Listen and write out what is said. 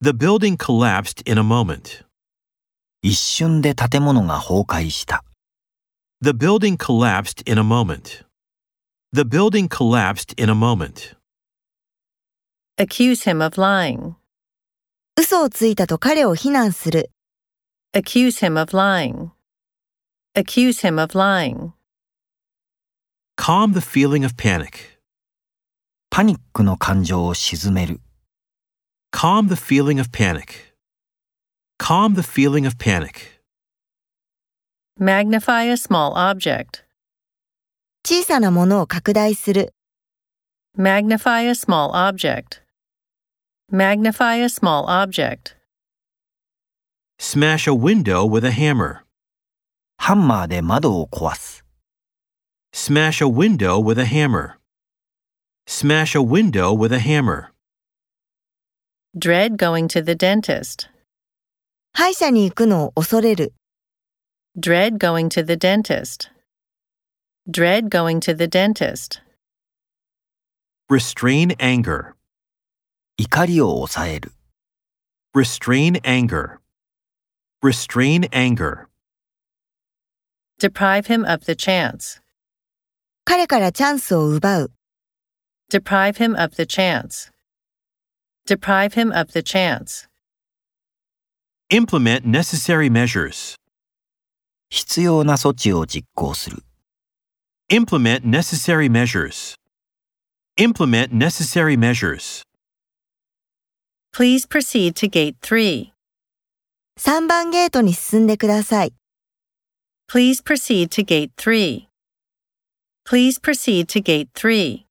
The building collapsed in a moment. 一瞬で建物が崩壊した。 The building collapsed in a moment. The building collapsed in a moment. accuse him of lying, 嘘をついたと彼を非難する。 accuse him of lying, accuse him of lying, Calm the feeling of panic. パニックの感情を鎮める。 Calm the feeling of panic. Calm the feeling of panic. magnify a small object, 小さなものを拡大する。 magnify a small object, magnify a small object, Smash a window with a hammer. ハンマーで窓を壊す。 Smash a window with a hammer. Smash a window with a hammer. dread going to the dentist, 歯医者に行くのを恐れる。 dread going to the dentist, dread going to the dentist, Restrain anger. 怒りを抑える。 Restrain anger. Restrain anger. deprive him of the chance, 彼からチャンスを奪う。 deprive him of the chance, deprive him of the chance, Implement necessary measures. 必要な措置を実行する。 Implement necessary measures. Implement necessary measures. please proceed to gate 3. 3番ゲートに進んでください。 Please proceed to gate 3. Please proceed to gate 3.